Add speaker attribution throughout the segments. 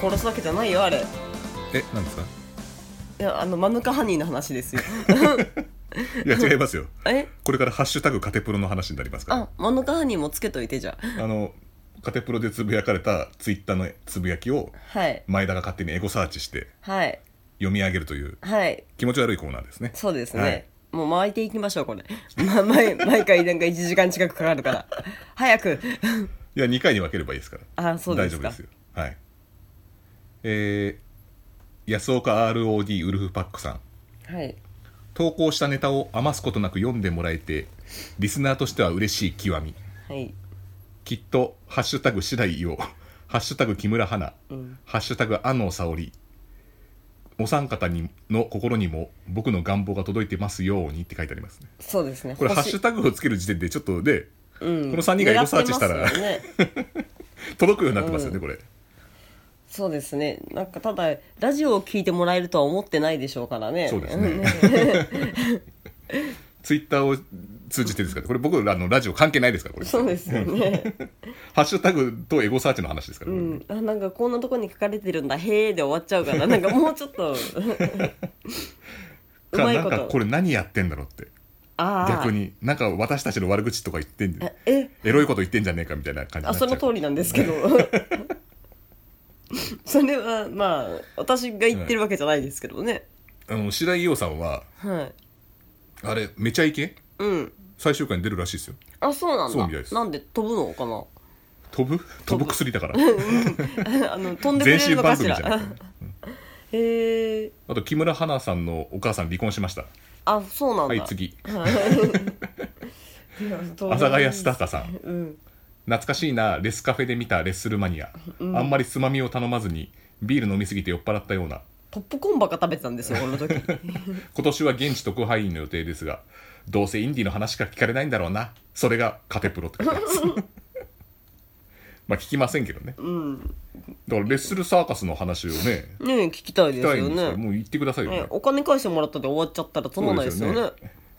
Speaker 1: 殺すわけじゃないよあれ
Speaker 2: えなんですか
Speaker 1: いやあのマヌカハニーの話です よ
Speaker 2: いや違いますよ
Speaker 1: え
Speaker 2: これから「ハッシュタグカテプロ」の話になりますから
Speaker 1: あマヌカハニーもつけといてじゃあ
Speaker 2: あのカテプロでつぶやかれたツイッターのつぶやきを
Speaker 1: はい
Speaker 2: 前田が勝手にエゴサーチして
Speaker 1: はい
Speaker 2: 読み上げるという
Speaker 1: はい
Speaker 2: 気持ち悪いコーナーですね
Speaker 1: そうですね、
Speaker 2: はい
Speaker 1: もう巻いていきましょうこれ、 ま、毎毎回なんか1時間近くかかるから早く
Speaker 2: いや2回に分ければいいですから
Speaker 1: あそうですか
Speaker 2: 大丈夫ですよはいえー、安岡 ROD ウルフパックさん
Speaker 1: はい
Speaker 2: 投稿したネタを余すことなく読んでもらえてリスナーとしては嬉しい極み
Speaker 1: はい
Speaker 2: きっと「ハッシュタグ白井を」「ハッシュタグ木村花」ハッシュタグ安納沙織」お三方にの心にも僕の願望が届いてますようにって書いてありますね
Speaker 1: そうですね
Speaker 2: これハッシュタグをつける時点でちょっとで、この3人がエゴサーチした
Speaker 1: 狙っ
Speaker 2: ら
Speaker 1: てますよね
Speaker 2: 届くようになってますよね、これ
Speaker 1: そうですねなんかただラジオを聞いてもらえるとは思ってないでしょうから ね
Speaker 2: そうですねツイッターを通じてですからこれ僕らのラジオ関係ないですからこれ
Speaker 1: そうですよ ね
Speaker 2: ハッシュタグとエゴサーチの話ですから、
Speaker 1: う
Speaker 2: これ
Speaker 1: ん、あなんかこんなとこに書かれてるんだ「へえ」で終わっちゃう からなんかもうちょっとう
Speaker 2: か
Speaker 1: まい
Speaker 2: なん
Speaker 1: こ
Speaker 2: かことれ何やってんだろうって
Speaker 1: ああ
Speaker 2: 逆になんか私たちの悪口とか言ってんじゃ
Speaker 1: え
Speaker 2: エロいこと言ってんじゃねえかみたいな感じにな
Speaker 1: あ
Speaker 2: っち
Speaker 1: そ
Speaker 2: ゃう
Speaker 1: の通りなんですけど それはまあ私が言ってるわけじゃないですけどね、
Speaker 2: あの白井伊代さんは
Speaker 1: はい
Speaker 2: あれめちゃイケ
Speaker 1: うん
Speaker 2: 最終回に出るらしいですよ
Speaker 1: あそうなん
Speaker 2: そう
Speaker 1: だ
Speaker 2: みたいです
Speaker 1: なんで飛ぶのかな
Speaker 2: 飛ぶ飛ぶ薬だから
Speaker 1: あの飛んでくれるの
Speaker 2: 全身
Speaker 1: か
Speaker 2: 番
Speaker 1: し
Speaker 2: 組じゃな
Speaker 1: ら
Speaker 2: くて
Speaker 1: へえ
Speaker 2: あと木村花さんのお母さん離婚しました
Speaker 1: あそうなんだ
Speaker 2: はい次
Speaker 1: いや飛ぶ
Speaker 2: 阿佐ヶ谷スタカさん
Speaker 1: うん
Speaker 2: 懐かしいなレスカフェで見たレッスルマニア、あんまりつまみを頼まずにビール飲みすぎて酔っ払ったような
Speaker 1: ポップコーンばっか食べてたんですよこの時
Speaker 2: 今年は現地特派員の予定ですがどうせインディの話しか聞かれないんだろうなそれがカテプロって書いてます まあ聞きませんけどね、だからレッスルサーカスの話をね
Speaker 1: ねえ聞きたいです
Speaker 2: 聞きたい
Speaker 1: よ
Speaker 2: んですよ
Speaker 1: ね
Speaker 2: もう言ってくださいよ、
Speaker 1: ね
Speaker 2: ね、
Speaker 1: お金返してもらったで終わっちゃったらつまんないですよね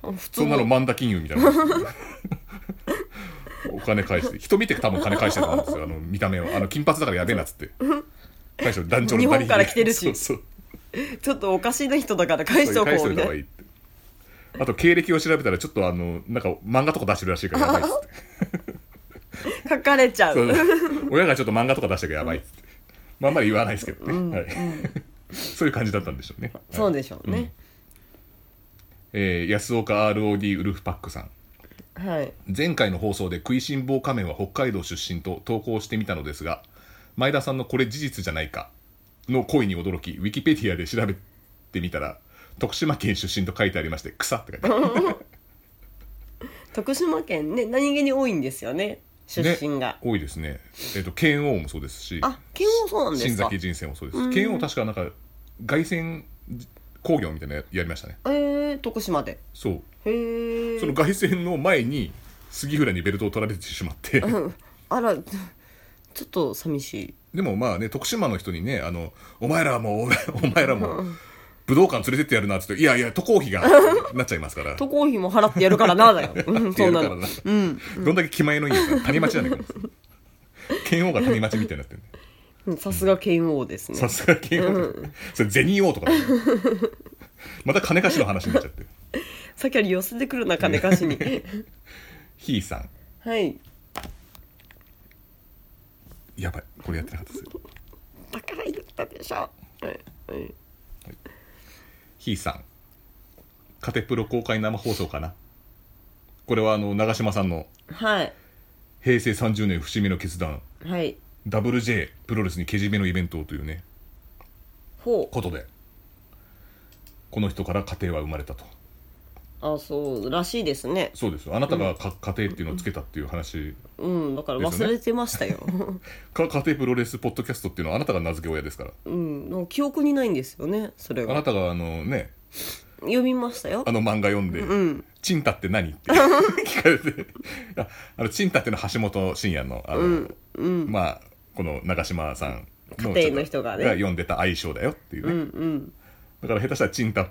Speaker 2: そう
Speaker 1: 普通
Speaker 2: そんなの
Speaker 1: の
Speaker 2: 万田金融みたいなもんですよお金返して人見て多分金返してたんですよあの見た目をあの金髪だからやべえなっつって返して団長の
Speaker 1: 日本
Speaker 2: バリヒゲ
Speaker 1: から来てるし
Speaker 2: そうそう
Speaker 1: ちょっとおかしいな人だから返し
Speaker 2: そ
Speaker 1: て
Speaker 2: う
Speaker 1: おこ
Speaker 2: 返し
Speaker 1: う
Speaker 2: とい
Speaker 1: み
Speaker 2: た
Speaker 1: た
Speaker 2: 方
Speaker 1: い
Speaker 2: がい
Speaker 1: ない
Speaker 2: ってあと経歴を調べたらちょっとあのなんか漫画とか出してるらしいからやばいっつって
Speaker 1: 書かれちゃ
Speaker 2: そう
Speaker 1: う
Speaker 2: 親がちょっと漫画とか出したけどやばいっつって、まああんまり言わないですけどね、はいそういう感じだったんでしょうね、はい
Speaker 1: そうでしょうね
Speaker 2: えー安岡 ROD ウルフパックさん
Speaker 1: はい
Speaker 2: 前回の放送で食いしん坊仮面は北海道出身と投稿してみたのですが前田さんのこれ事実じゃないかの声に驚きウィキペディアで調べてみたら徳島県出身と書いてありまして草って書いてある
Speaker 1: 徳島県ね何気に多いんですよね出身が、
Speaker 2: ね多いですねえっ、と剣王もそうですし
Speaker 1: あ県王そうなんです
Speaker 2: 新
Speaker 1: か
Speaker 2: 崎人生もそうです剣王確かなんか凱旋工業みたいなのややりましたね
Speaker 1: えー、徳島で
Speaker 2: そう
Speaker 1: へえ
Speaker 2: その凱旋の前に杉浦にベルトを取られてしまって
Speaker 1: あらちょっと寂しい
Speaker 2: でもまあね徳島の人にねあのお前らもおお前らも武道館連れてってやるなって言っていやいや渡航 費がなっちゃいますから
Speaker 1: 渡航費も払ってやるからなだ よ、うん、
Speaker 2: っ
Speaker 1: そ
Speaker 2: てや
Speaker 1: ん
Speaker 2: る
Speaker 1: な
Speaker 2: から
Speaker 1: の
Speaker 2: などんだけ気前のいいやつだ谷町じゃないから剣王が谷町みたいになってるね
Speaker 1: うんさすが県王ですね
Speaker 2: さすが剣王だねそれ銭王とかだねまた金貸しの話になっちゃって
Speaker 1: さっきより寄せてくるな金貸し に
Speaker 2: ひーさん
Speaker 1: はい
Speaker 2: やばいこれやってなかったです
Speaker 1: だから言ったでしょはいはい
Speaker 2: ひーさんカテプロ公開生放送かなこれはあの長嶋さんの
Speaker 1: はい
Speaker 2: 平成30年節目の決断
Speaker 1: はい
Speaker 2: ダブル J プロレスにけじめのイベントをというね
Speaker 1: ほう
Speaker 2: ことでこの人から家庭は生まれたと
Speaker 1: あそうらしいですね
Speaker 2: そうですよあなたがか、家庭っていうのをつけたっていう話
Speaker 1: うんだから
Speaker 2: です
Speaker 1: 忘
Speaker 2: よね
Speaker 1: れてましたよ
Speaker 2: か家庭プロレスポッドキャストっていうのはあなたが名付け親ですから
Speaker 1: うんもう記憶にないんですよねそれ
Speaker 2: あな
Speaker 1: が
Speaker 2: たがあのね
Speaker 1: 読みましたよ
Speaker 2: あの漫画読んで「チンタって何?」って聞かれてああの「チンタっての橋本真也のあの、まあこの長嶋さんの
Speaker 1: 家庭の人がね
Speaker 2: ちょっと読んでた相性だよっていうね、だから下手したら「チンタ」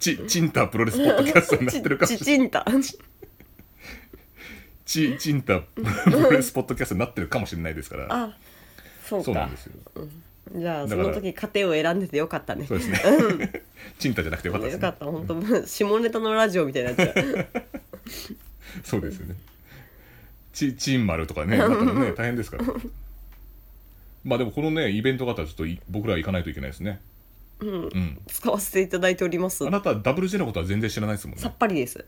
Speaker 2: ちち「チンタプロレスポッドキャスト」になってるかもしれない
Speaker 1: ちちんた
Speaker 2: ちちん たプロレスポッドキャストになってるかもしれないですから
Speaker 1: あそうか
Speaker 2: そうなんですよ
Speaker 1: じゃあそ
Speaker 2: だから
Speaker 1: の時家庭を選んでてよかったね
Speaker 2: そうですねチンタじゃなくてよかったです
Speaker 1: よ
Speaker 2: ね
Speaker 1: かった本当もう下ネタのラジオみたいになっちゃう
Speaker 2: そうですよねちチンマルとかねだったらね大変です からまあでもこのねイベント方はちょっとい僕らは行かないといけないですねうん、
Speaker 1: 使わせていただいております
Speaker 2: あなた WJ のことは全然知らないですもん
Speaker 1: さ
Speaker 2: ね
Speaker 1: っぱりです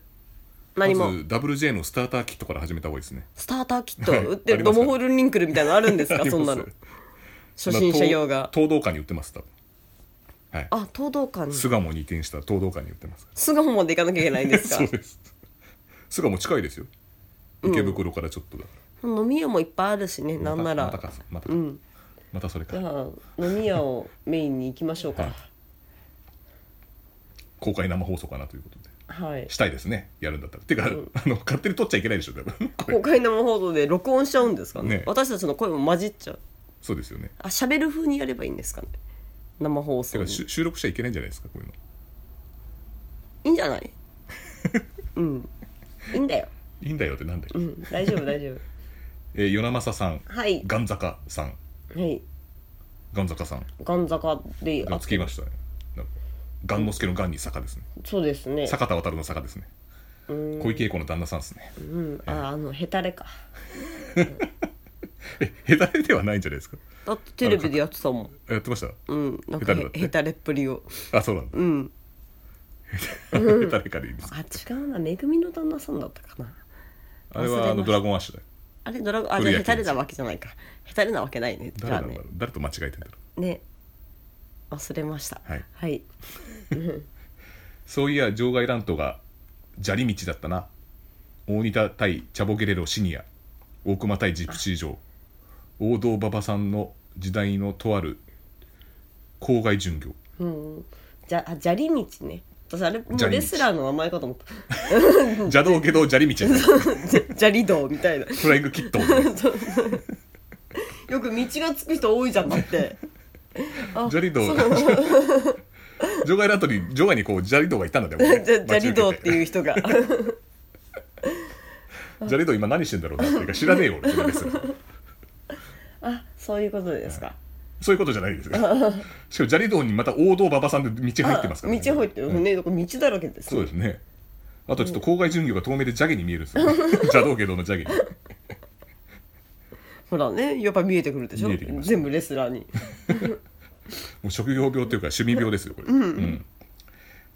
Speaker 1: 何も
Speaker 2: まず WJ のスターターキットから始めた方がいいですね
Speaker 1: スターターキッ
Speaker 2: はい
Speaker 1: ト売って
Speaker 2: あり
Speaker 1: る
Speaker 2: ま
Speaker 1: ド
Speaker 2: すか
Speaker 1: モホールリンクルみたいなのあるんです
Speaker 2: あ
Speaker 1: か
Speaker 2: ります
Speaker 1: そんなの初心者用が
Speaker 2: 東道館に売ってます多分はい
Speaker 1: あ東道館に
Speaker 2: 巣鴨に移転した東道館に売ってます
Speaker 1: 巣鴨まで行かなきゃいけないんですか
Speaker 2: そうです巣鴨近いですよ池袋からちょっとだか
Speaker 1: 飲み屋もいっぱいあるしねな
Speaker 2: ら、
Speaker 1: んなら
Speaker 2: またまたかまたか
Speaker 1: うん
Speaker 2: またそれ
Speaker 1: じゃ
Speaker 2: か
Speaker 1: あ飲み屋をメインに行きましょうか
Speaker 2: 公開生放送かなということで
Speaker 1: はい
Speaker 2: したいですねやるんだったらてか、あの勝手に撮っちゃいけないでしょ多 分これ
Speaker 1: 公開生放送で録音しちゃうんですかね
Speaker 2: ね
Speaker 1: 私たちの声も混じっちゃう
Speaker 2: そうですよね
Speaker 1: あ喋る風にやればいいんですかね生放
Speaker 2: て
Speaker 1: 送
Speaker 2: か
Speaker 1: に
Speaker 2: しゅ収録しちゃいけないんじゃないですかこういうの
Speaker 1: いいんじゃ ないうんいいんだよ
Speaker 2: いいんだよってなんだよ、
Speaker 1: うん大丈夫大丈
Speaker 2: えー、与那政さん
Speaker 1: はい
Speaker 2: ガン坂さん
Speaker 1: 夫はい
Speaker 2: ガン坂さん
Speaker 1: ガン坂で
Speaker 2: がつきましたねなんかガンの助のガンに坂ですね
Speaker 1: そうですね
Speaker 2: 坂田渡の坂ですね小池栄子の旦那さんですね
Speaker 1: うんああのヘタレか
Speaker 2: えヘタレではないんじゃないですか
Speaker 1: だってテレビでやってたもん
Speaker 2: やってました
Speaker 1: うんなんか
Speaker 2: ヘタレ
Speaker 1: へ
Speaker 2: だって
Speaker 1: ヘタレっぷりを
Speaker 2: あそう なんだ
Speaker 1: うん
Speaker 2: ヘタレからいいです
Speaker 1: あ違うなめぐみの旦那さんだったかな
Speaker 2: あれはあのドラゴンアッシュだよ
Speaker 1: あれドラゴンあ
Speaker 2: 古
Speaker 1: じゃあヘ
Speaker 2: 谷
Speaker 1: タレなわけじゃないかヘタレなわけないねじ
Speaker 2: 誰
Speaker 1: ゃあ
Speaker 2: なんだ
Speaker 1: ね
Speaker 2: ろう誰と間違えてんだろう
Speaker 1: ね忘れました
Speaker 2: はい
Speaker 1: はい、
Speaker 2: そういや場外乱闘が砂利道だったな大仁田対チャボゲレロシニア大熊対ジプシー城王道馬場さんの時代のとある郊外巡 業
Speaker 1: うんじゃあ砂利道ね私あれも
Speaker 2: 砂
Speaker 1: う
Speaker 2: 利道
Speaker 1: レスラーの名前かと思っ
Speaker 2: 邪道けど砂利道じゃない
Speaker 1: た 砂利道みたいな
Speaker 2: フライングキット砂
Speaker 1: よく道がつく人多いじゃんだって
Speaker 2: 利道 場外乱闘に場外にこう砂利道がいたんだね俺 ね
Speaker 1: じゃ砂利道って
Speaker 2: 待ち受け
Speaker 1: いう人が
Speaker 2: 砂利道今何してんだろうなっていうか知らねえよ俺 それですら
Speaker 1: あそういうことですか、
Speaker 2: そういうことじゃないですよしかも砂利道にまた王道馬場さんで道が入ってますから、
Speaker 1: 道入ってるね、これ道だらけです
Speaker 2: そう
Speaker 1: ね
Speaker 2: ですね。あとちょっと郊外巡業が透明でジャゲに見えるん ですよ。邪道芸道のジャゲに。
Speaker 1: ほらねやっぱ見えてくるでしょ
Speaker 2: 見えてきます
Speaker 1: 全部レスラーに
Speaker 2: もう職業病というか趣味病ですよ、これ。うん。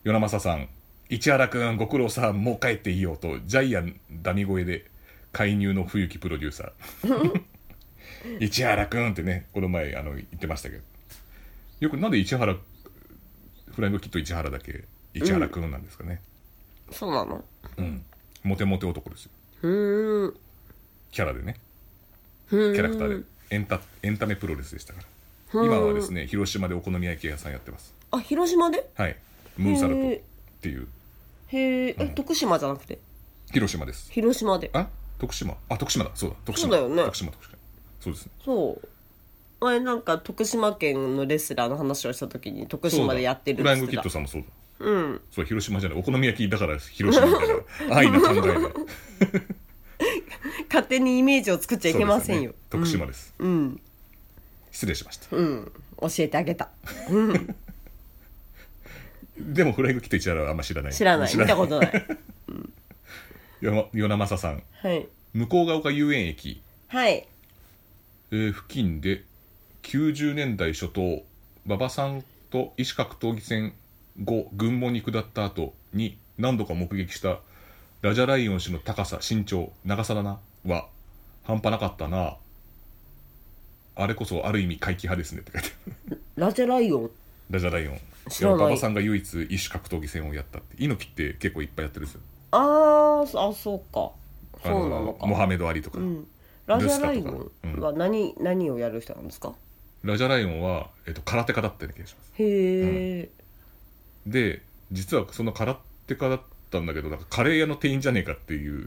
Speaker 2: 与那政さん、市原くん、ご苦労さん、もう帰っていいよと、ジャイアンダミ声で介入の冬木プロデューサ ー。市原くんってね、この前あの言ってましたけど。よくなんで市原、フライングキット市原だけ市原くんなんですかね。
Speaker 1: そうなの
Speaker 2: うん。モテモテ男ですよ。
Speaker 1: うーん
Speaker 2: キャラでねキャラクターでエンタエンタメプロレスでしたから今はですね広島でお好み焼き屋さんやってます
Speaker 1: あ広島で
Speaker 2: はいムーンサルト
Speaker 1: へー
Speaker 2: っていう
Speaker 1: へーえ、徳島じゃなくて
Speaker 2: 広島です
Speaker 1: 広島で
Speaker 2: あ徳島あ徳島だそうだ徳島
Speaker 1: そうだよね
Speaker 2: 徳島徳島そうですね
Speaker 1: そう前なんか徳島県のレスラーの話をした時に徳島でやってる
Speaker 2: そうだフライングキッ
Speaker 1: て
Speaker 2: トさんもそうだ
Speaker 1: たうん
Speaker 2: そう広島じゃないお好み焼きだから広島みたいな安易な考え で
Speaker 1: 勝手にイメージを作っちゃいけませんよ
Speaker 2: そうですね徳島です、
Speaker 1: うん、うん
Speaker 2: 失礼しました
Speaker 1: うん教えてあげた
Speaker 2: でもフライングキット一原はあんま知らない
Speaker 1: 知らない見たこと ない
Speaker 2: よ与那政さん
Speaker 1: はい
Speaker 2: 向こうが丘遊園駅
Speaker 1: はい
Speaker 2: えー付近で90年代初頭馬場さんと石角闘技戦後軍門に下った後に何度か目撃したラジャライオン氏の高さ身長長さだなは半端なかったなあれこそある意味怪奇派ですねって書いてある
Speaker 1: ラジャライオン
Speaker 2: ラジャライオン
Speaker 1: 知らない
Speaker 2: や馬場さんが唯一異種格闘技戦をやったって猪木って結構いっぱいやってるんですよ
Speaker 1: あーそあそうかそうなの
Speaker 2: あ
Speaker 1: か
Speaker 2: モハメド・アリとか、
Speaker 1: うんラジャライ
Speaker 2: ルスタと
Speaker 1: オ
Speaker 2: かうん
Speaker 1: ンは何,、何をやる人なんですか
Speaker 2: ラジャライオンは、えっと、空手家だったような気がします
Speaker 1: へえ、
Speaker 2: で実はその空手家だったんだけどなんかカレー屋の店員じゃねえかっていう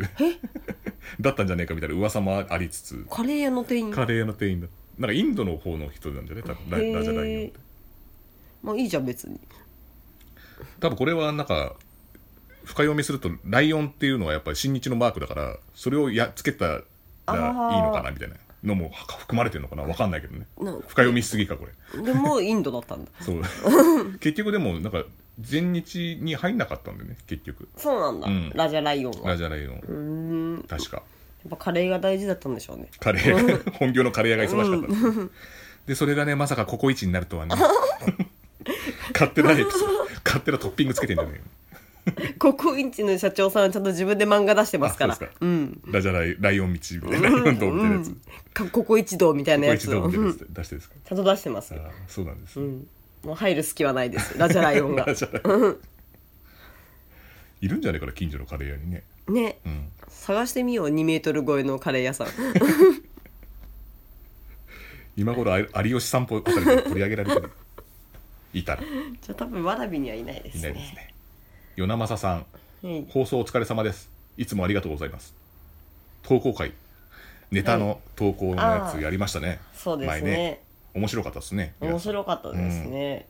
Speaker 2: だったんじゃねえかみたいな噂もありつつ
Speaker 1: カレー屋の店員
Speaker 2: カレー屋の店員だなんかインドの方の人なんじゃね多分ラ
Speaker 1: へー
Speaker 2: ラジャライオンって
Speaker 1: まあいいじゃん別に
Speaker 2: 多分これはなんか深読みするとライオンっていうのはやっぱり新日のマークだからそれをやっつけたらいいのかなみたいなのも含まれてるのかなわかんないけどね
Speaker 1: な
Speaker 2: 深読みしすぎかこれ
Speaker 1: でもインドだったんだ
Speaker 2: そう結局でもなんか全日に入んなかったんだよね結局
Speaker 1: そうなんだ、
Speaker 2: うん
Speaker 1: ラジャライオンは
Speaker 2: ラジャライオ
Speaker 1: うー
Speaker 2: ン
Speaker 1: んやっ
Speaker 2: 確か
Speaker 1: ぱカレーが大事だったんでしょうね
Speaker 2: カレー本業のカレー屋が忙しかったんですよ、でそれがねまさかココイチになるとはね 勝手なエピソード勝手なトッピングつけてんじゃねえよ
Speaker 1: ココインチの社長さんはちゃんと自分で漫画出してますから
Speaker 2: あそうですか
Speaker 1: うん
Speaker 2: ラジャライライオン道みたいなライオン道みたいなやつ、
Speaker 1: うんかココイチ道みたいな
Speaker 2: ココ
Speaker 1: や
Speaker 2: イチ
Speaker 1: つ
Speaker 2: 道
Speaker 1: を
Speaker 2: みたい
Speaker 1: う
Speaker 2: なや
Speaker 1: ん
Speaker 2: つ出してるんですか
Speaker 1: ちゃんと出してます
Speaker 2: ああそうなんです、
Speaker 1: うんもう入る隙はないですラジャライオン が
Speaker 2: ラジャライオンいるんじゃないから近所のカレー屋にね
Speaker 1: ね
Speaker 2: うん
Speaker 1: 探してみよう2メートル超えのカレー屋さん
Speaker 2: 今頃あ有吉散歩あたりで取り上げられてるいたらい
Speaker 1: じゃあ多分わらびにはいないです
Speaker 2: な
Speaker 1: ね
Speaker 2: いですね与那正さん
Speaker 1: はい
Speaker 2: 放送お疲れ様ですいつもありがとうございます投稿会ネタの投稿のやつやりましたね、
Speaker 1: そうですね
Speaker 2: 前面白かったですね
Speaker 1: 面
Speaker 2: 皆
Speaker 1: 白かったですね、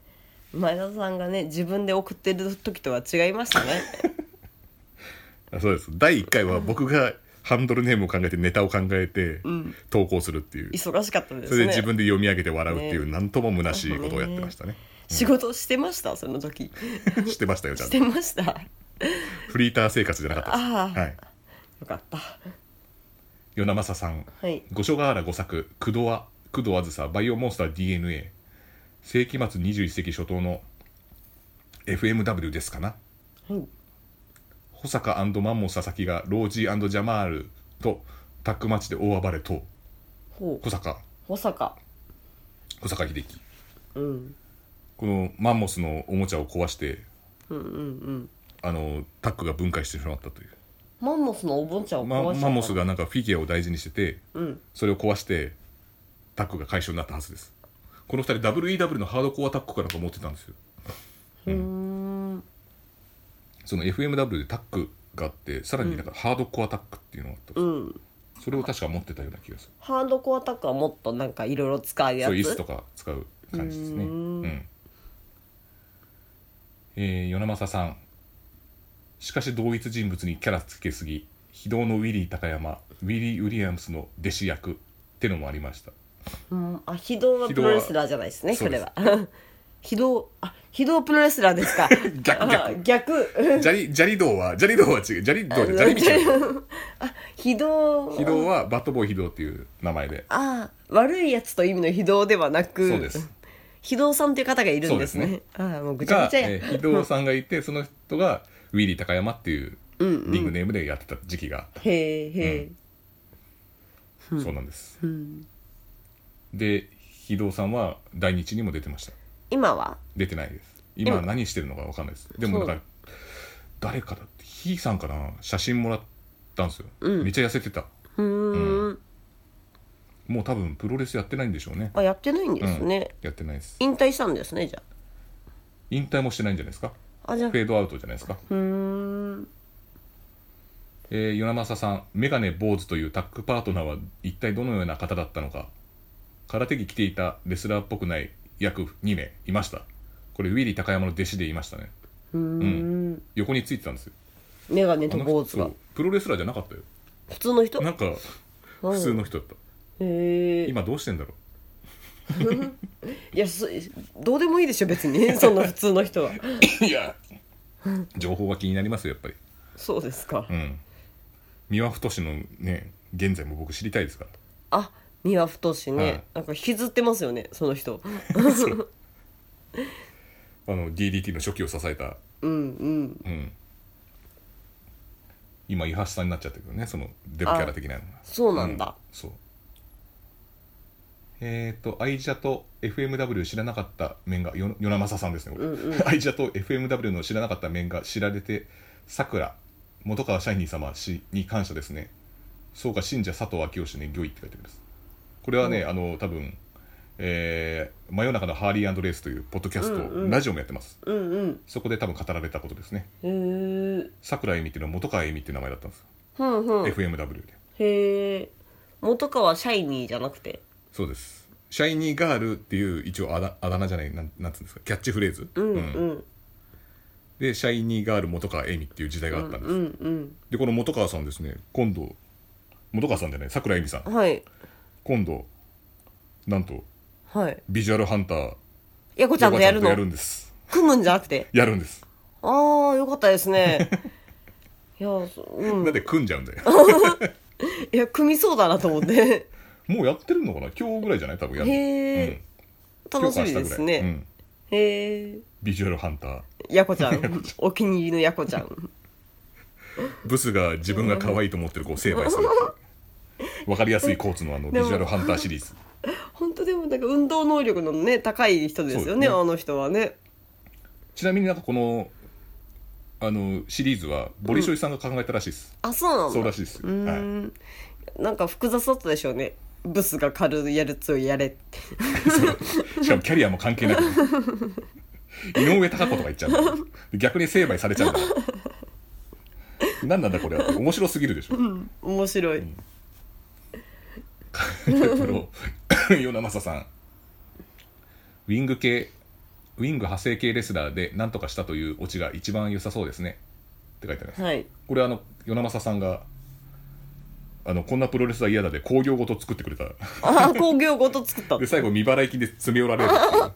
Speaker 1: 前田さんがね自分で送ってる時とは違いましたね
Speaker 2: さんあそうです第1回は僕がハンドルネームを考えてネタを考えて投稿するっていう、
Speaker 1: 忙しかったですね
Speaker 2: それで自分で読み上げて笑うっていう
Speaker 1: ね
Speaker 2: なんとも虚しいことをやってましたね
Speaker 1: 仕事してましたその時
Speaker 2: してましたよち ゃ
Speaker 1: し
Speaker 2: んと
Speaker 1: てましたよ
Speaker 2: フリーター生活じゃなかったです
Speaker 1: ああ
Speaker 2: はい
Speaker 1: かった
Speaker 2: 与那正さん
Speaker 1: はい
Speaker 2: 五所川原五作工藤あ工藤あずさバイオモンスター DNA 世紀末21世紀初頭の FMW ですかな
Speaker 1: はい
Speaker 2: 保坂マンモス佐々木がロージージャマールとタッグマッチで大暴れと
Speaker 1: ほう
Speaker 2: 小坂
Speaker 1: 保坂
Speaker 2: 小坂秀樹
Speaker 1: うん
Speaker 2: このマンモスのおもちゃを壊して
Speaker 1: うんうんうん
Speaker 2: あのタッグが分解してしまったという
Speaker 1: マンモスのお盆ちゃんを
Speaker 2: ま
Speaker 1: 壊しちゃった、
Speaker 2: マンモスがなんかフィギュアを大事にしてて
Speaker 1: うん
Speaker 2: それを壊してタッグが解消になったはずですこの2人 WEW のハードコアタッグかなんか持ってたんですよ
Speaker 1: うーん
Speaker 2: その FMW でタックがあってさらになんかハードコアタックっていうのがあった、
Speaker 1: うん
Speaker 2: それを確か持ってたような気がする
Speaker 1: ハードコアタックはもっとなんかいろいろ使うや
Speaker 2: そう
Speaker 1: つ
Speaker 2: いう椅子とか使う感じですね
Speaker 1: う
Speaker 2: う
Speaker 1: ー
Speaker 2: ん
Speaker 1: ん
Speaker 2: えー、与那政さんしかし同一人物にキャラつけすぎ非道のウィリー高山ウィリー・ウィリアムスの弟子役ってのもありました
Speaker 1: うんあ非道はプロレスラーじゃないですね
Speaker 2: 非
Speaker 1: そ
Speaker 2: 道
Speaker 1: れ
Speaker 2: は
Speaker 1: は 非道あ非道プロレスラーですか
Speaker 2: 逆逆
Speaker 1: あ逆
Speaker 2: ジャリジャリ道はジャリ道は違うジャリ道じゃジャリ道じゃない
Speaker 1: 非道
Speaker 2: 非道はバットボーイ非道っていう名前で
Speaker 1: ああ悪いやつという意味の非道ではなく
Speaker 2: そうです
Speaker 1: 非道さんという方がいるんですね
Speaker 2: そうで
Speaker 1: ああもうぐちゃ
Speaker 2: が
Speaker 1: ぐ、ちゃや、
Speaker 2: えー、非道さんがいてその人がウィリー高山っていうリングネームでやってた時期があった、
Speaker 1: へえへえ、
Speaker 2: そうなんです
Speaker 1: うん、
Speaker 2: で非道さんは大日にも出てました
Speaker 1: 今は
Speaker 2: 出てないです今
Speaker 1: 今
Speaker 2: 何してるのか分かんないですでもなん
Speaker 1: そ
Speaker 2: か誰かだってひーさんかな写真もらったんですよ、めっちゃ痩せてた
Speaker 1: うーん
Speaker 2: もう多分プロレスやってないんでしょうね
Speaker 1: あやってないんですね、
Speaker 2: やってないです
Speaker 1: 引退したんですねじゃ
Speaker 2: 引退もしてないんじゃないですか
Speaker 1: ああじゃあ
Speaker 2: フェードアウトじゃないですか
Speaker 1: うーん
Speaker 2: えー、与那政さん、メガネ坊主というタッグパートナーは一体どのような方だったのか、空手着着ていたレスラーっぽくない約2名いました。これ、ウィリー高山の弟子でいましたね。
Speaker 1: うーん
Speaker 2: 横についてたんですよ。
Speaker 1: 眼鏡
Speaker 2: あ
Speaker 1: と
Speaker 2: の人
Speaker 1: 坊主
Speaker 2: そ
Speaker 1: が
Speaker 2: うプロレスラーじゃなかったよ。
Speaker 1: 普通の人
Speaker 2: なんか、普通の人だった。
Speaker 1: へえ
Speaker 2: 今どうしてんだろ
Speaker 1: いやそどうでもいいでしょ別 にそんな普通の人は
Speaker 2: う。いや、情報が気になりますよ、やっぱり。
Speaker 1: そうですか、
Speaker 2: うん。三輪太のね、現在も僕知りたいで すから。
Speaker 1: あ三輪太志ね、
Speaker 2: はい
Speaker 1: なんか引きずってますよねその人
Speaker 2: そうあの DDT の初期を支えた
Speaker 1: うんうん
Speaker 2: うん、今伊橋さんになっちゃったけどねそのデブキャラ的なのが
Speaker 1: そうなんだ、
Speaker 2: そうえっ、と愛者と FMW 知らなかった面がよ与那正さんですねこれ、 愛者と FMW の知らなかった面が知られてさくら本川シャイニー様氏に感謝ですねそうか信者佐藤昭義ね御意って書いてありますこれはね、あの多分えー真夜中のハーリーレースというポッドキャスト、ラジオもやってます
Speaker 1: うんうん
Speaker 2: そこで多分語られたことですね
Speaker 1: へえ
Speaker 2: 桜井美っていうのは元川恵美っていう名前だったんですよ、
Speaker 1: ふんふん
Speaker 2: FMW で
Speaker 1: へえ元川シャイニーじゃなくて
Speaker 2: そうですシャイニーガールっていう一応あだあだ名じゃないなんなんつうんですかキャッチフレーズ、
Speaker 1: うんう
Speaker 2: うん
Speaker 1: ん
Speaker 2: でシャイニーガール元川恵美っていう時代があったんです、
Speaker 1: うんうん
Speaker 2: でこの元川さんですね今度元川さんじゃない桜井恵美さん
Speaker 1: はい
Speaker 2: 今度なんと
Speaker 1: はい。
Speaker 2: ビジュアルハンター
Speaker 1: やこちゃんとやるの
Speaker 2: やるんです
Speaker 1: 組むんじゃなくて。
Speaker 2: やるんです、
Speaker 1: ああ、よかったです ね。いや、そううん。
Speaker 2: だって組んじゃうん だよ
Speaker 1: いや、組みそうだなと思って。
Speaker 2: もうやってるのかな今日ぐらいじゃない多分やるの
Speaker 1: へー
Speaker 2: うん
Speaker 1: 楽しみです
Speaker 2: 今日か明日ぐらいうん
Speaker 1: ね。へえ。
Speaker 2: ビジュアルハンター
Speaker 1: やこちゃん。 お気に入りのやこちゃん。
Speaker 2: ブスが自分が可愛いと思ってる子を成敗するわかりやすいコーツのあの
Speaker 1: で
Speaker 2: ビ
Speaker 1: も
Speaker 2: ジュアルハンターシリーズ
Speaker 1: 本当でもなんか運動能力のね、高い人ですよね、
Speaker 2: そうですね
Speaker 1: あの人はね。
Speaker 2: ちなみになんかこのあのシリーズはボリショイさんが考えたらしいです、
Speaker 1: あ、そうなんだ。
Speaker 2: そうらしいです
Speaker 1: うー
Speaker 2: は
Speaker 1: ん、なんか複雑だったでしょうねブスが軽いやるつをやれって
Speaker 2: い、そうしかもキャリアも関係なく井上貴子とか言っちゃうんだよ逆に成敗されちゃうんだよ何なんだこれは面白すぎるでしょ
Speaker 1: 面白い、
Speaker 2: プロ 与那正さんウィング系ウィング派生系レスラーで何とかしたというオチが一番良さそうですねって書いてあります
Speaker 1: はい
Speaker 2: これあの与那正さんがあのこんなプロレスは嫌だで興行ごと作ってくれた
Speaker 1: ああ工業ごと作った
Speaker 2: で最後未払い金で詰め寄られるっていう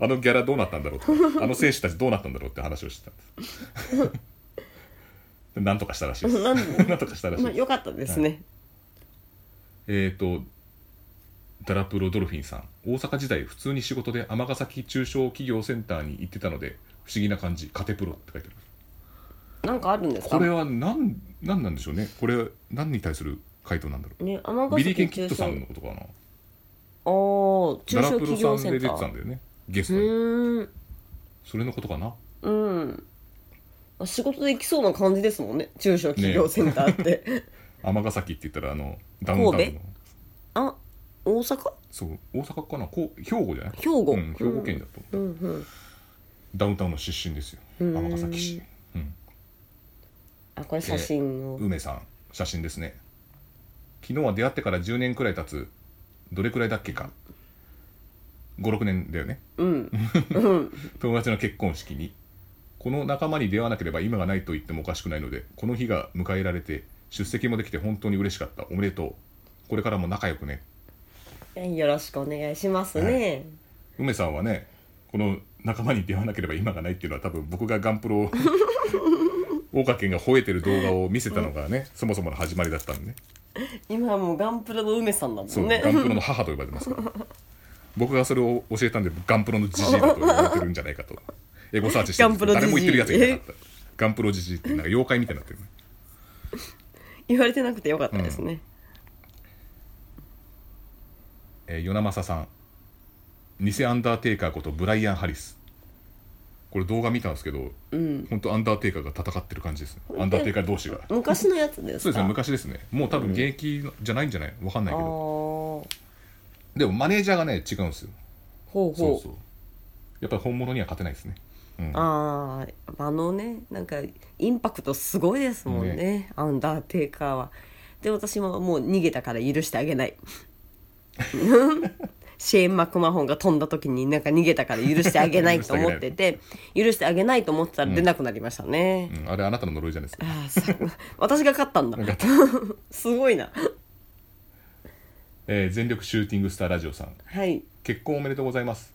Speaker 2: あのギャラどうなったんだろうとかあの選手たちどうなったんだろうって話をしてたんですなんとかしたらしいです
Speaker 1: な
Speaker 2: なんんとかしたらしい
Speaker 1: まあ
Speaker 2: です
Speaker 1: 良かったですね、
Speaker 2: えー、とダラプロドルフィンさん大阪時代普通に仕事で尼崎中小企業センターに行ってたので不思議な感じカテプロって書いてある
Speaker 1: なんかあるんですか
Speaker 2: これは何何なんでしょうねこれ何に対する回答なんだろ
Speaker 1: ね
Speaker 2: う
Speaker 1: 尼
Speaker 2: ビリー・ケ
Speaker 1: 崎
Speaker 2: ンキ
Speaker 1: 中
Speaker 2: ッド
Speaker 1: 小
Speaker 2: さんのことかな
Speaker 1: ああ中
Speaker 2: ダ
Speaker 1: 小
Speaker 2: ラプ
Speaker 1: 企
Speaker 2: ロ
Speaker 1: 業
Speaker 2: さ
Speaker 1: セ
Speaker 2: んで
Speaker 1: ンタ
Speaker 2: 出てた
Speaker 1: ー
Speaker 2: んだよねゲス
Speaker 1: う
Speaker 2: トに
Speaker 1: ーん
Speaker 2: それのことかな
Speaker 1: うんあ仕事できそうな感じですもんね中小企業センターって、
Speaker 2: 尼崎って言ったらあのダウンタウ
Speaker 1: 神
Speaker 2: ン
Speaker 1: 戸
Speaker 2: の
Speaker 1: あ大阪
Speaker 2: そう大阪かなこう兵庫じゃない
Speaker 1: 兵庫
Speaker 2: うん、兵庫県だと思う
Speaker 1: うんうん
Speaker 2: ダウンタウンの出身ですよ
Speaker 1: ん
Speaker 2: 尼崎市、うん、
Speaker 1: あこれ写真を、
Speaker 2: 梅さん写真ですね昨日は出会ってから10年くらい経つどれくらいだっけか56年だよね
Speaker 1: うん
Speaker 2: 友達の結婚式にこの仲間に出会わなければ今がないと言ってもおかしくないのでこの日が迎えられて出席もできて本当に嬉しかったおめでとうこれからも仲良くね
Speaker 1: よろしくお願いしますね、
Speaker 2: 梅さんはねこの仲間に出会わなければ今がないっていうのは多分僕がガンプロを 大岡県が吠えてる動画を見せたのがねそもそもの始まりだったんでね
Speaker 1: 今はもうガンプラの梅さんだ
Speaker 2: そ
Speaker 1: も
Speaker 2: う、
Speaker 1: んね
Speaker 2: ガンプロの母と呼ばれてますから僕がそれを教えたんでガンプロのジジイだと言われてるんじゃないかとエゴサーチしてるんですけど
Speaker 1: ガン
Speaker 2: 誰
Speaker 1: プ
Speaker 2: も
Speaker 1: ロ
Speaker 2: 言
Speaker 1: ジ
Speaker 2: っ
Speaker 1: ジイ
Speaker 2: てるやついなかったガンプロジジイってなんか妖怪みたいになってるね
Speaker 1: 言われてなくてよかったですね、
Speaker 2: えー、与那正さん偽アンダーテイカーことブライアン・ハリスこれ動画見たんですけど、本当アンダーテイカーが戦ってる感じですねアンダーテイカー同士が
Speaker 1: 昔のやつですか
Speaker 2: そうですね昔ですねもう多分現役のじゃないんじゃないわかんない
Speaker 1: ああ
Speaker 2: けど
Speaker 1: ほ
Speaker 2: でもマネージャーがね違うんですよ
Speaker 1: うほう
Speaker 2: そうそうやっぱり本物には勝てないですね
Speaker 1: あああのねなんかインパクトすごいですもんねアンダーテイカーはで私ももう逃げたから許してあげ ないシェーン・マクマホンが飛んだ時になんか逃げたから許してあげないと思って て許してあげないと思ってたら出なくなりましたね、
Speaker 2: うん、あれあなたの呪いじゃないですか
Speaker 1: ああさ私が勝ったんだ すごいな
Speaker 2: えー全力シューティングスターラジオさん
Speaker 1: はい
Speaker 2: 結婚おめでとうございます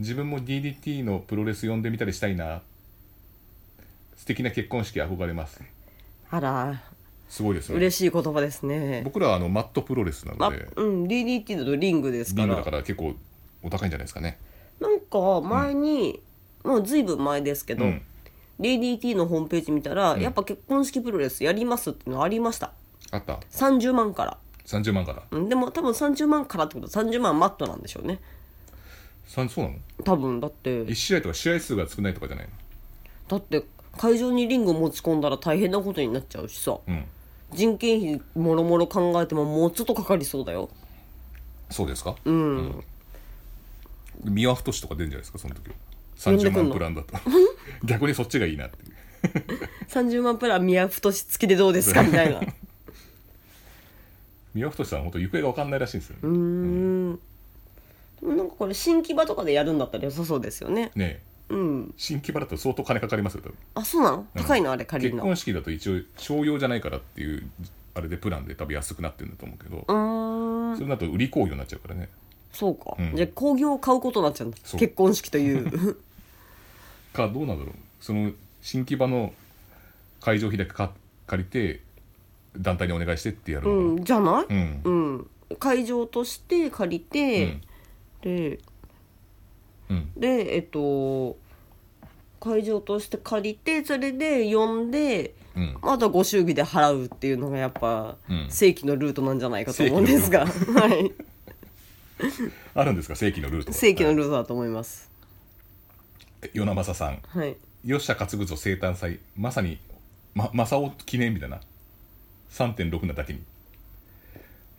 Speaker 2: 自分も DDT のプロレス呼んでみたりしたいな素敵な結婚式憧れます
Speaker 1: あら
Speaker 2: すごいですね
Speaker 1: 嬉しい言葉ですね
Speaker 2: 僕らはあのマットプロレスな
Speaker 1: あ
Speaker 2: ので
Speaker 1: うん DDT だとリングです
Speaker 2: リ
Speaker 1: か
Speaker 2: ング
Speaker 1: ら
Speaker 2: だから結構お高いんじゃないですかね
Speaker 1: なんか前に、もうずいぶん前ですけど、
Speaker 2: うん
Speaker 1: DDT のホームページ見たら、やっぱ結婚式プロレスやりますっていうのありました
Speaker 2: あった
Speaker 1: 30万から
Speaker 2: 30万から
Speaker 1: うんでも多分30万からってことは30万マットなんでしょうね
Speaker 2: さんそうなの
Speaker 1: 多分だって
Speaker 2: 1試合とか試合数が少ないとかじゃないの
Speaker 1: だって会場にリング持ち込んだら大変なことになっちゃうしさ
Speaker 2: うん
Speaker 1: 人件費もろもろ考えてももうちょっとかかりそうだよ
Speaker 2: そうですかうん三輪太志とか出るんじゃないですかその時30
Speaker 1: 呼んでくん
Speaker 2: 万
Speaker 1: の
Speaker 2: プランだと 逆にそっちがいいなっていう
Speaker 1: 30万プラン宮太し付きでどうですかみたい なう
Speaker 2: 三輪太志さん本当行方が分かんないらしいんですよね、
Speaker 1: ーんでもなんかこれ新木場とかでやるんだったら良さそうですよね
Speaker 2: ねえ
Speaker 1: うん
Speaker 2: 新規バラだと相当金かかりますよ多分
Speaker 1: あそうなの高いのあれ借り
Speaker 2: 結
Speaker 1: るの
Speaker 2: 婚式だと一応商用じゃないからっていうあれでプランで多分安くなってるんだと思うけど、
Speaker 1: うーん
Speaker 2: それだと売り工業になっちゃうからね
Speaker 1: そうか、
Speaker 2: うん
Speaker 1: じゃあ興行を買うことになっちゃうんだ
Speaker 2: そう
Speaker 1: 結婚式という
Speaker 2: かどうなんだろうその新木場の会場費だけか借りて団体にお願いしてってやる
Speaker 1: う
Speaker 2: の
Speaker 1: んじゃない
Speaker 2: かなうん
Speaker 1: うん会場として借り
Speaker 2: う
Speaker 1: て
Speaker 2: ん、
Speaker 1: で
Speaker 2: うん
Speaker 1: でえっと会場として借りてそれで呼んで
Speaker 2: うん
Speaker 1: またご祝儀で払うっていうのがやっぱ
Speaker 2: うん
Speaker 1: 正規のルートなんじゃないかと思うんですが、 はい
Speaker 2: あるんですか正規のルートが
Speaker 1: 正規のルートだと思います
Speaker 2: はい与那正さん
Speaker 1: はい
Speaker 2: 吉田勝久生誕祭まさに、ま、正雄記念日だな3.6なだけに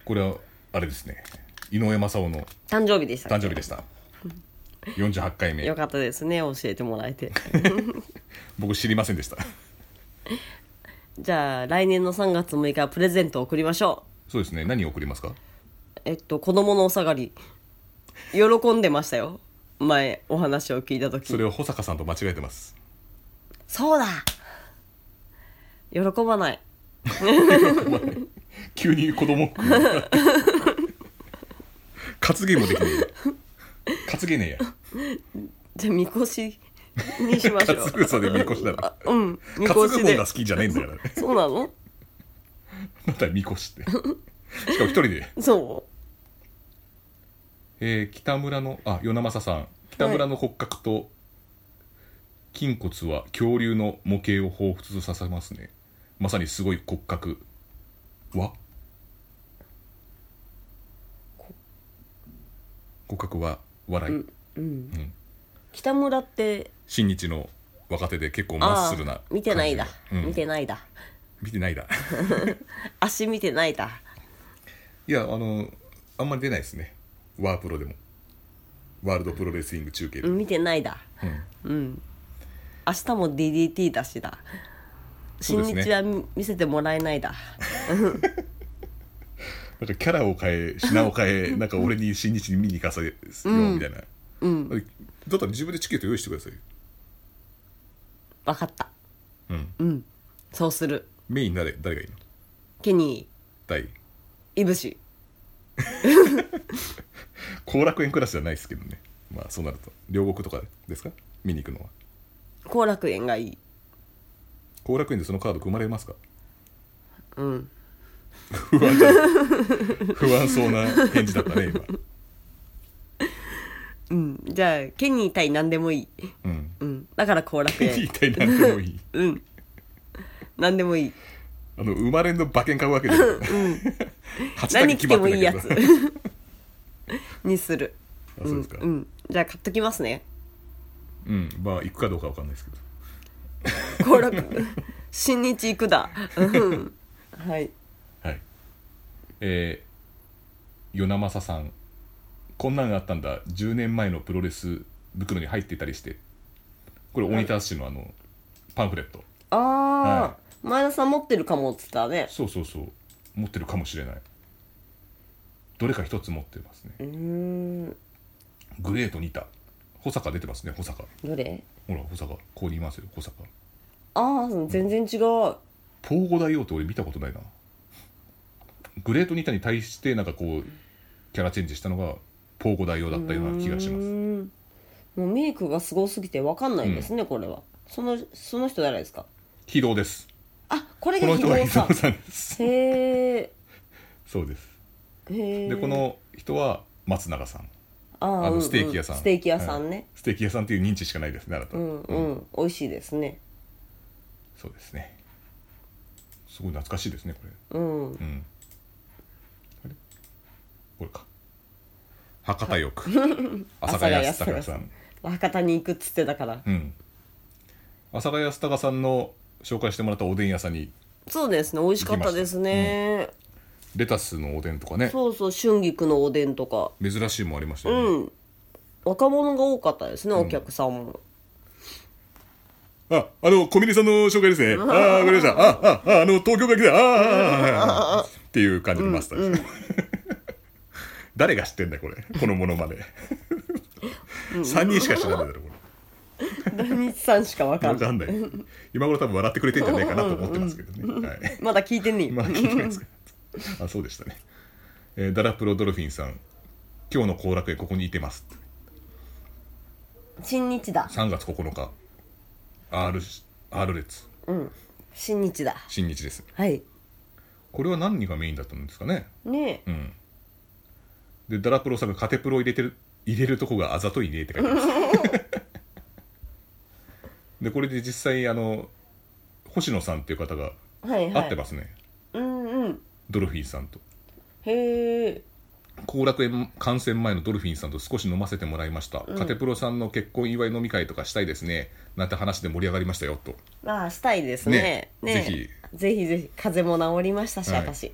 Speaker 2: これはあれですね井上正雄の
Speaker 1: 誕生日でした
Speaker 2: 誕生日でした48回目
Speaker 1: よかったですね教えてもらえて
Speaker 2: 僕知りませんでした
Speaker 1: じゃあ来年の3月6日はプレゼントを送りましょ
Speaker 2: そうですね何を送りますか
Speaker 1: うえっと子供のお下がり喜んでましたよ前お話を聞いた時
Speaker 2: それを保坂さんと間違えてます
Speaker 1: そうだ喜ばない
Speaker 2: 急に子供 担げもできねえや担げね
Speaker 1: じゃあみこしにしま
Speaker 2: え
Speaker 1: しょ
Speaker 2: や
Speaker 1: う
Speaker 2: 担ぐさでみこしだ
Speaker 1: う
Speaker 2: ろ
Speaker 1: んみ
Speaker 2: 担
Speaker 1: こ
Speaker 2: ぐ
Speaker 1: し
Speaker 2: 方
Speaker 1: で
Speaker 2: が好きじゃないんだからね
Speaker 1: そうなの
Speaker 2: またみこしってしかも一人で
Speaker 1: そ
Speaker 2: えー北村のあ与那正さん北村の骨格と筋骨は恐竜の模型を彷彿とさせますねまさにすごい骨格は骨格は笑い、
Speaker 1: う北村って
Speaker 2: 新日の若手で結構マッスルな
Speaker 1: あー見てないだ、
Speaker 2: 感じのうん
Speaker 1: 見てないだ
Speaker 2: 見てないだ
Speaker 1: 足見てないだ
Speaker 2: いやあのあんまり出ないですねワープロでもワールドプロレスリング中継で、
Speaker 1: うん見てないだ
Speaker 2: うん
Speaker 1: 明日も DDT だしだ
Speaker 2: そう
Speaker 1: 新
Speaker 2: です
Speaker 1: 日
Speaker 2: ね
Speaker 1: は見見せてもらえないだ
Speaker 2: なんかキャラを変え品を変えなんか俺に新日に見に行かせよみたいな、だったら自分でチケット用意してくださいよ
Speaker 1: 分かった
Speaker 2: うん
Speaker 1: うんそうする
Speaker 2: メイン誰誰がいいの
Speaker 1: ケニ
Speaker 2: 大
Speaker 1: ーいぶし
Speaker 2: 後楽園クラスじゃないですけどねまあそうなると両国とかですか見に行くのは
Speaker 1: 後楽園がいい
Speaker 2: 後楽園でそのカード組まれますか
Speaker 1: うん
Speaker 2: 不安じ ゃない不安そうな返事だったね今
Speaker 1: うんじゃあケニー対何でもいい
Speaker 2: うん
Speaker 1: うんだから後楽園
Speaker 2: 一体何でもいい
Speaker 1: うん何でもいい
Speaker 2: あの生まれんの馬券買うわけじゃない、 初だけ
Speaker 1: 何着て
Speaker 2: 決まっ
Speaker 1: も
Speaker 2: て
Speaker 1: い
Speaker 2: ん
Speaker 1: い
Speaker 2: だ
Speaker 1: や
Speaker 2: けど
Speaker 1: つ にする
Speaker 2: あそうですか
Speaker 1: うんじゃあ買っときますね
Speaker 2: うん、まあ行くかどうかわかんないですけど
Speaker 1: 後 楽新日行くだうんはい
Speaker 2: はい。えー、与那正さん、こんなんがあったんだ、10年前のプロレス袋に入っていたりして、これ、大仁田氏のあのパンフレット、
Speaker 1: ああ、
Speaker 2: は
Speaker 1: 前田さん持ってるかもっつったね
Speaker 2: そうそうそう、持ってるかもしれない。どれか一つ持ってますね。
Speaker 1: うーん
Speaker 2: グレーと似た。保坂出てますね、保坂。
Speaker 1: どれ
Speaker 2: ほら、保坂、ここにいますよ、保坂。
Speaker 1: ああ全然違う
Speaker 2: ポーゴ大王って俺見たことないな。グレートニタに対してなんかこうキャラチェンジしたのがポーゴ大王だったような気がします
Speaker 1: もうメイクがすごすぎてわかんないですね、これはそのその人誰ですか
Speaker 2: 非道です
Speaker 1: あこれ
Speaker 2: こ
Speaker 1: が
Speaker 2: の
Speaker 1: 非
Speaker 2: 人が伊
Speaker 1: 道さん
Speaker 2: 藤さん です。
Speaker 1: へえ
Speaker 2: そうです。
Speaker 1: へえ
Speaker 2: で、この人は松永さん。
Speaker 1: あ
Speaker 2: あ
Speaker 1: う
Speaker 2: の
Speaker 1: ん
Speaker 2: ステーキ屋さん。
Speaker 1: うんステーキ屋さん
Speaker 2: はい
Speaker 1: ね、
Speaker 2: ステーキ屋さんっていう認知しかないですね、あなた。
Speaker 1: うんうん、美味しいですね
Speaker 2: そうですね。すごい懐かしいですね、こ
Speaker 1: うん
Speaker 2: れ。うん。あれこれか。博多よく。阿佐ヶ谷
Speaker 1: 阿
Speaker 2: 安
Speaker 1: 佐ヶ谷
Speaker 2: 高さん。
Speaker 1: 博多に行くっつってたから
Speaker 2: うん。阿佐ヶ谷安高さんの紹介してもらったおでん屋さんに、
Speaker 1: そうですね美味しかったですね、
Speaker 2: レタスのおでんとかね、
Speaker 1: そうそう春菊のおでんとか
Speaker 2: 珍しいもんありました
Speaker 1: う
Speaker 2: よね。
Speaker 1: ん若者が多かったですね、お客さんも
Speaker 2: あ、あの、小峰さんの紹介です ね。ああ、わかりました。ああ、ああ、あの、東京が来た。ああああ、ああ、っていう感じのマスターです。 誰が知ってんだよこれ。このものまで。3人しか知らないだろ、こ
Speaker 1: 大日さんしかわ
Speaker 2: れ。
Speaker 1: か
Speaker 2: わ
Speaker 1: んない
Speaker 2: かんない。今頃多分笑ってくれてんじゃないかなと思ってますけどね。はい。
Speaker 1: まだ聞いてんねえ
Speaker 2: まあ、聞いてないですか。あ、そうでしたね。えーダラプロドルフィンさん今日の後楽園ここにいてます
Speaker 1: 新日だ
Speaker 2: 3月9日 R, R 列
Speaker 1: 新日だ
Speaker 2: 新日です
Speaker 1: はい
Speaker 2: これは何がメインだったんですかね
Speaker 1: ねえ
Speaker 2: うんでダラプロさんがカテプロ入れてる入れるとこがあざといねって書いてます でこれで実際あの星野さんっていう方が
Speaker 1: はいはい
Speaker 2: 会ってますね、
Speaker 1: うんうん
Speaker 2: ドルフィンさんと
Speaker 1: へえ
Speaker 2: 後楽園観戦前のドルフィンさんと少し飲ませてもらいました、カテプロさんの結婚祝い飲み会とかしたいですねなんて話で盛り上がりましたよと
Speaker 1: まあしたいですね
Speaker 2: ね
Speaker 1: ね
Speaker 2: ぜ
Speaker 1: ひぜひぜひ風邪も治りましたし、
Speaker 2: はい
Speaker 1: 私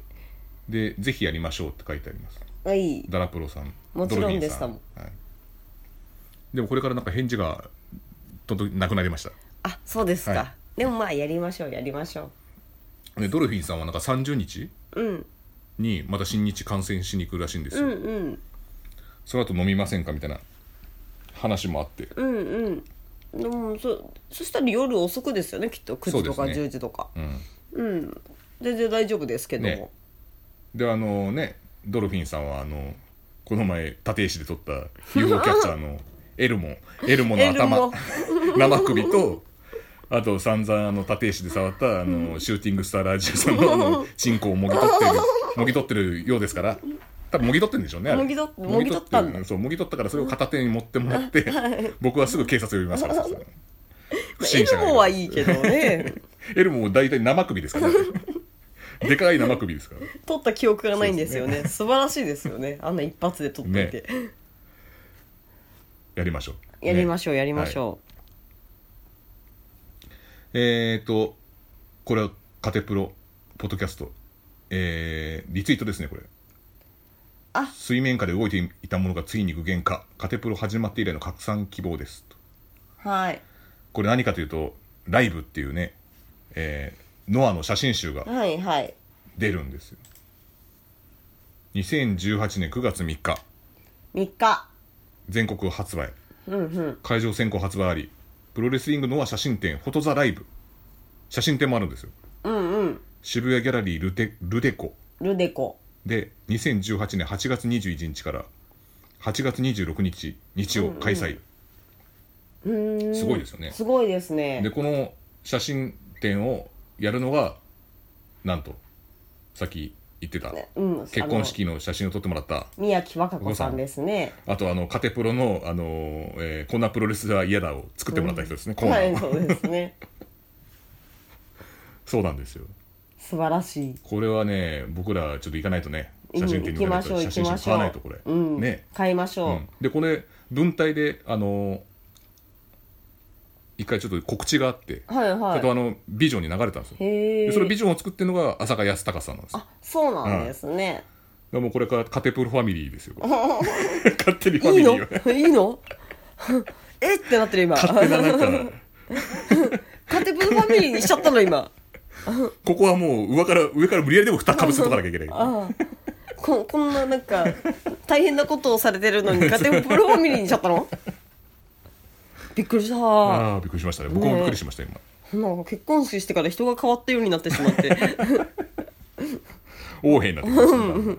Speaker 2: でぜひやりましょうって書いてあります
Speaker 1: はい
Speaker 2: ダラプロさん
Speaker 1: もちろんでした
Speaker 2: ドルフィンさんはい、でもこれからなんか返事がとんとなくなりました
Speaker 1: あそうですか、
Speaker 2: は
Speaker 1: でもまあやりましょうやりましょ
Speaker 2: でドルフィンさんはなんか30日
Speaker 1: う、うん、
Speaker 2: にまた新日観戦しに来るらしいんです
Speaker 1: う
Speaker 2: よ、
Speaker 1: んうん
Speaker 2: その後飲みませんかみたいな話もあって
Speaker 1: うんうんでもそそしたら夜遅くですよねきっと9時とか
Speaker 2: そうですね
Speaker 1: 10時とか
Speaker 2: うん
Speaker 1: うん全然大丈夫ですけども、
Speaker 2: ねであのねドルフィンさんはあのこの前立石で撮った UFO キャッチャー のエルモンエルモの
Speaker 1: エル
Speaker 2: 頭
Speaker 1: モ
Speaker 2: 生首とあと散々あの立石で触ったあの、シューティングスターラージオさんのあのチンコをもぎ取ってるもぎ取ってるようですから多分もぎ取ってるんでしょうねあれ
Speaker 1: もぎ取っもぎ取ったんだ
Speaker 2: もぎ取るそうもぎ取ったからそれを片手に持ってもらって、僕はすぐ警察呼びますからさす がに不
Speaker 1: エ
Speaker 2: 審者
Speaker 1: ル
Speaker 2: が
Speaker 1: モはいいけど ね
Speaker 2: エルモ大体生首ですから、ね、でかい生首ですから
Speaker 1: 取った記憶がないんですよね素晴らしいですよねあんな一発で取っていて、
Speaker 2: やりましょ う
Speaker 1: やりま
Speaker 2: ょう
Speaker 1: しょうやりましょ
Speaker 2: えーと、これはカテプロ、ポッドキャスト、えー、リツイートですね、これ。
Speaker 1: あ
Speaker 2: 水面下で動いていたものがついに具現化、カテプロ始まって以来の拡散希望です。と
Speaker 1: う、はい
Speaker 2: これ何かというと、ライブっていうね、えーノアの写真集が
Speaker 1: はいはい
Speaker 2: 出るんですよ。2018年9月3日、
Speaker 1: 3日
Speaker 2: 全国発売、
Speaker 1: うんうん
Speaker 2: 会場先行発売あり、プロレスリングノア写真展、フォトザライブ、写真展もあるんですよ。
Speaker 1: うんうん
Speaker 2: 渋谷ギャラリールテルデコ
Speaker 1: ルデコ
Speaker 2: で2018年8月21日から8月26日日曜開催、
Speaker 1: うーん
Speaker 2: すごいですよね
Speaker 1: すごいです
Speaker 2: で
Speaker 1: ね
Speaker 2: この写真展をやるのがなんとさっき言ってた、
Speaker 1: うん
Speaker 2: 結婚式の写真を撮ってもらった
Speaker 1: あの宮城和歌子さんですね
Speaker 2: あとあのカテプロの、あのーえーこんなプロレスは嫌だ」を作ってもらった人ですね、コーナ
Speaker 1: は
Speaker 2: ーを
Speaker 1: いそうですね
Speaker 2: そうなんですよ
Speaker 1: 素晴らしい
Speaker 2: これはね僕らちょっと行かないとね写真展
Speaker 1: 行
Speaker 2: に
Speaker 1: き
Speaker 2: 行かな
Speaker 1: ま
Speaker 2: い
Speaker 1: しょ
Speaker 2: と
Speaker 1: う行
Speaker 2: 写
Speaker 1: き
Speaker 2: 真
Speaker 1: ま
Speaker 2: 集
Speaker 1: し
Speaker 2: 買
Speaker 1: ょう
Speaker 2: わないとこれ、
Speaker 1: うん
Speaker 2: ね
Speaker 1: 買いましょう、
Speaker 2: うんでこれ文体であのー一回ちょっと告知があって、
Speaker 1: はい
Speaker 2: それと
Speaker 1: は
Speaker 2: あのビジョンに流れたんですよ
Speaker 1: いへ
Speaker 2: で
Speaker 1: え
Speaker 2: そのビジョンを作ってるのが浅香康隆さんなんですよだか
Speaker 1: あそうなんですね、
Speaker 2: らもうこれからカテプロファミリ ーですよ勝手にファ
Speaker 1: い
Speaker 2: ミ
Speaker 1: い
Speaker 2: リ
Speaker 1: の
Speaker 2: ーを
Speaker 1: いいの えってなってる今
Speaker 2: 勝手ななんか
Speaker 1: カテプルファミリーにしちゃったの今
Speaker 2: ここはもう上から上から無理やりでも蓋かぶせとかなきゃいけない
Speaker 1: ああここんななんか大変なことをされてるのにカテプルファミリーにしちゃった のびっくりした
Speaker 2: ああびっくりしましたね僕もびっくりしました今
Speaker 1: なんか結婚式してから人が変わったようになってしまって
Speaker 2: 王兵になってきまし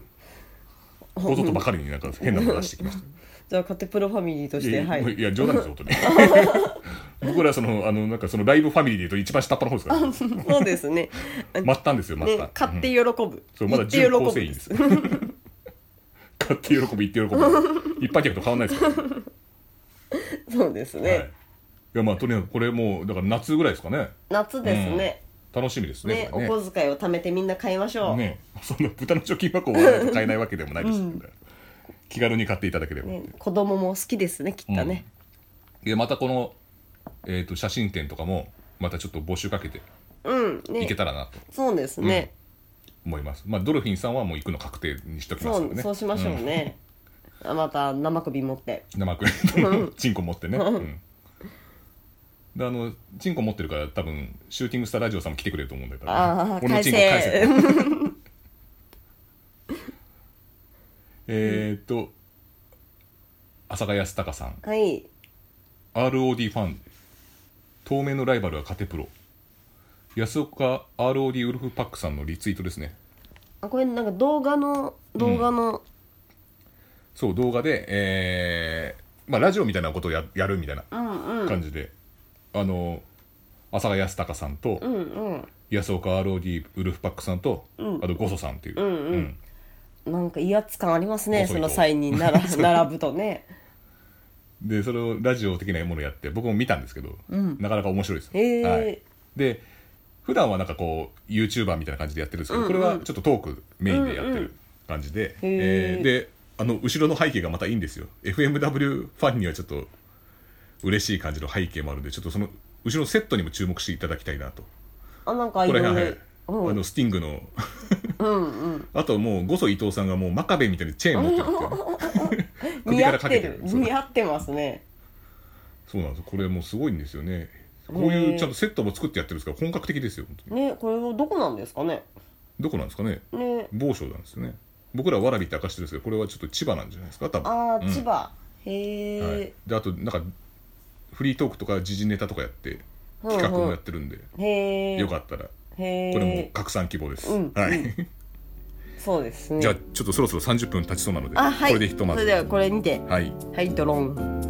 Speaker 2: たこぞとばかりになんか変なの出してきました
Speaker 1: じゃあカテプロファミリーとし
Speaker 2: いや
Speaker 1: て
Speaker 2: いや
Speaker 1: はい
Speaker 2: いや冗談ですよ本 当に僕らそのあのなんかそのライブファミリーでいうと一番下っ端の方ですから、ね、
Speaker 1: そうです ね
Speaker 2: 末端ですよ末
Speaker 1: ね
Speaker 2: 端
Speaker 1: 買って
Speaker 2: うん
Speaker 1: 喜ぶ、
Speaker 2: そうまだ
Speaker 1: 行って喜
Speaker 2: 準
Speaker 1: ぶ
Speaker 2: 構成員です買って喜ぶ言って喜ぶ一般客と変わんないですから、
Speaker 1: そうですね、
Speaker 2: はい、いやまあとにかくこれもうだから夏ぐらいですかね
Speaker 1: 夏ですね、
Speaker 2: 楽しみですね
Speaker 1: ね
Speaker 2: これ
Speaker 1: お小遣いを貯めてみんな買いましょう、
Speaker 2: ね ねそんな豚の貯金箱を割らないと買えないわけでもないですけど、気軽に買っていただければ、
Speaker 1: ね子供も好きですねきっとね、
Speaker 2: でまたこの、えー、と写真展とかもまたちょっと募集かけて
Speaker 1: うん、
Speaker 2: い
Speaker 1: ね
Speaker 2: けたらなと
Speaker 1: そうですね、
Speaker 2: 思います、まあドルフィンさんはもう行くの確定にしときます
Speaker 1: そ
Speaker 2: ので
Speaker 1: う
Speaker 2: ね
Speaker 1: そうしましょうね、あまた生首持って
Speaker 2: うん生首チンコ持ってね、うん、であのチンコ持ってるから多分シューティングスターラジオさんも来てくれると思うんだよ多分
Speaker 1: ああ
Speaker 2: 俺のチンコ返せ えーっと浅賀康隆さん
Speaker 1: はい
Speaker 2: ROD ファン透明のライバルはカテプロ安岡 ROD ウルフパックさんのリツイートですね
Speaker 1: あこれなんか動画の動画の、
Speaker 2: そう動画で、えーまあ、ラジオみたいなことをややるみたいな
Speaker 1: うんうん
Speaker 2: 感じで、あの浅賀康隆さんと、
Speaker 1: うんうん
Speaker 2: 安岡 ROD ウルフパックさんと、あとゴソさんっていう、
Speaker 1: んうん
Speaker 2: うん
Speaker 1: なんか威圧感ありますね
Speaker 2: 細い
Speaker 1: そ
Speaker 2: と
Speaker 1: のサインにな ら並ぶとね
Speaker 2: でそれをラジオ的なものやって僕も見たんですけど、なかなか面白いです、
Speaker 1: へー
Speaker 2: はい、で普段はなんかこう YouTuber みたいな感じでやってるんですけど、これはちょっとトークメインでやってる感じで、
Speaker 1: んへー
Speaker 2: えーであの後ろの背景がまたいいんですよ FMW ファンにはちょっと嬉しい感じの背景もあるんでちょっとその後ろのセットにも注目していただきたいなと
Speaker 1: あなんかい
Speaker 2: こ
Speaker 1: ろ
Speaker 2: れ
Speaker 1: いろ
Speaker 2: は、は
Speaker 1: う
Speaker 2: い、あ
Speaker 1: ん
Speaker 2: のスティングのあともうごそ伊藤さんがもう真壁みたいにチェーン持ってるっていうね首
Speaker 1: 似合
Speaker 2: から
Speaker 1: っ
Speaker 2: か
Speaker 1: て
Speaker 2: けてる
Speaker 1: る
Speaker 2: そう
Speaker 1: 似合ってますね
Speaker 2: そうなんですこれもうすごいんですよねこういうちゃんとセットも作ってやってるんですから本格的ですよ本当に
Speaker 1: ねこれはどこなんですかね
Speaker 2: どこなんですかね
Speaker 1: ね
Speaker 2: 某所なんですね僕らわらびって明かしてるんですけどこれはちょっと千葉なんじゃないですか多分
Speaker 1: ああ、
Speaker 2: うん
Speaker 1: 千葉へ
Speaker 2: は
Speaker 1: え
Speaker 2: い、であとなんかフリートークとか時事ネタとかやって企画もやってるんで、
Speaker 1: へえ
Speaker 2: よかったらこ
Speaker 1: へえ
Speaker 2: れも拡散希望です、
Speaker 1: うん
Speaker 2: はい、
Speaker 1: そうですね
Speaker 2: じゃあちょっとそろそろ30分経ちそうなので
Speaker 1: あはい
Speaker 2: これでひとま
Speaker 1: そ
Speaker 2: ず
Speaker 1: れではこれにて
Speaker 2: はい
Speaker 1: はいドローン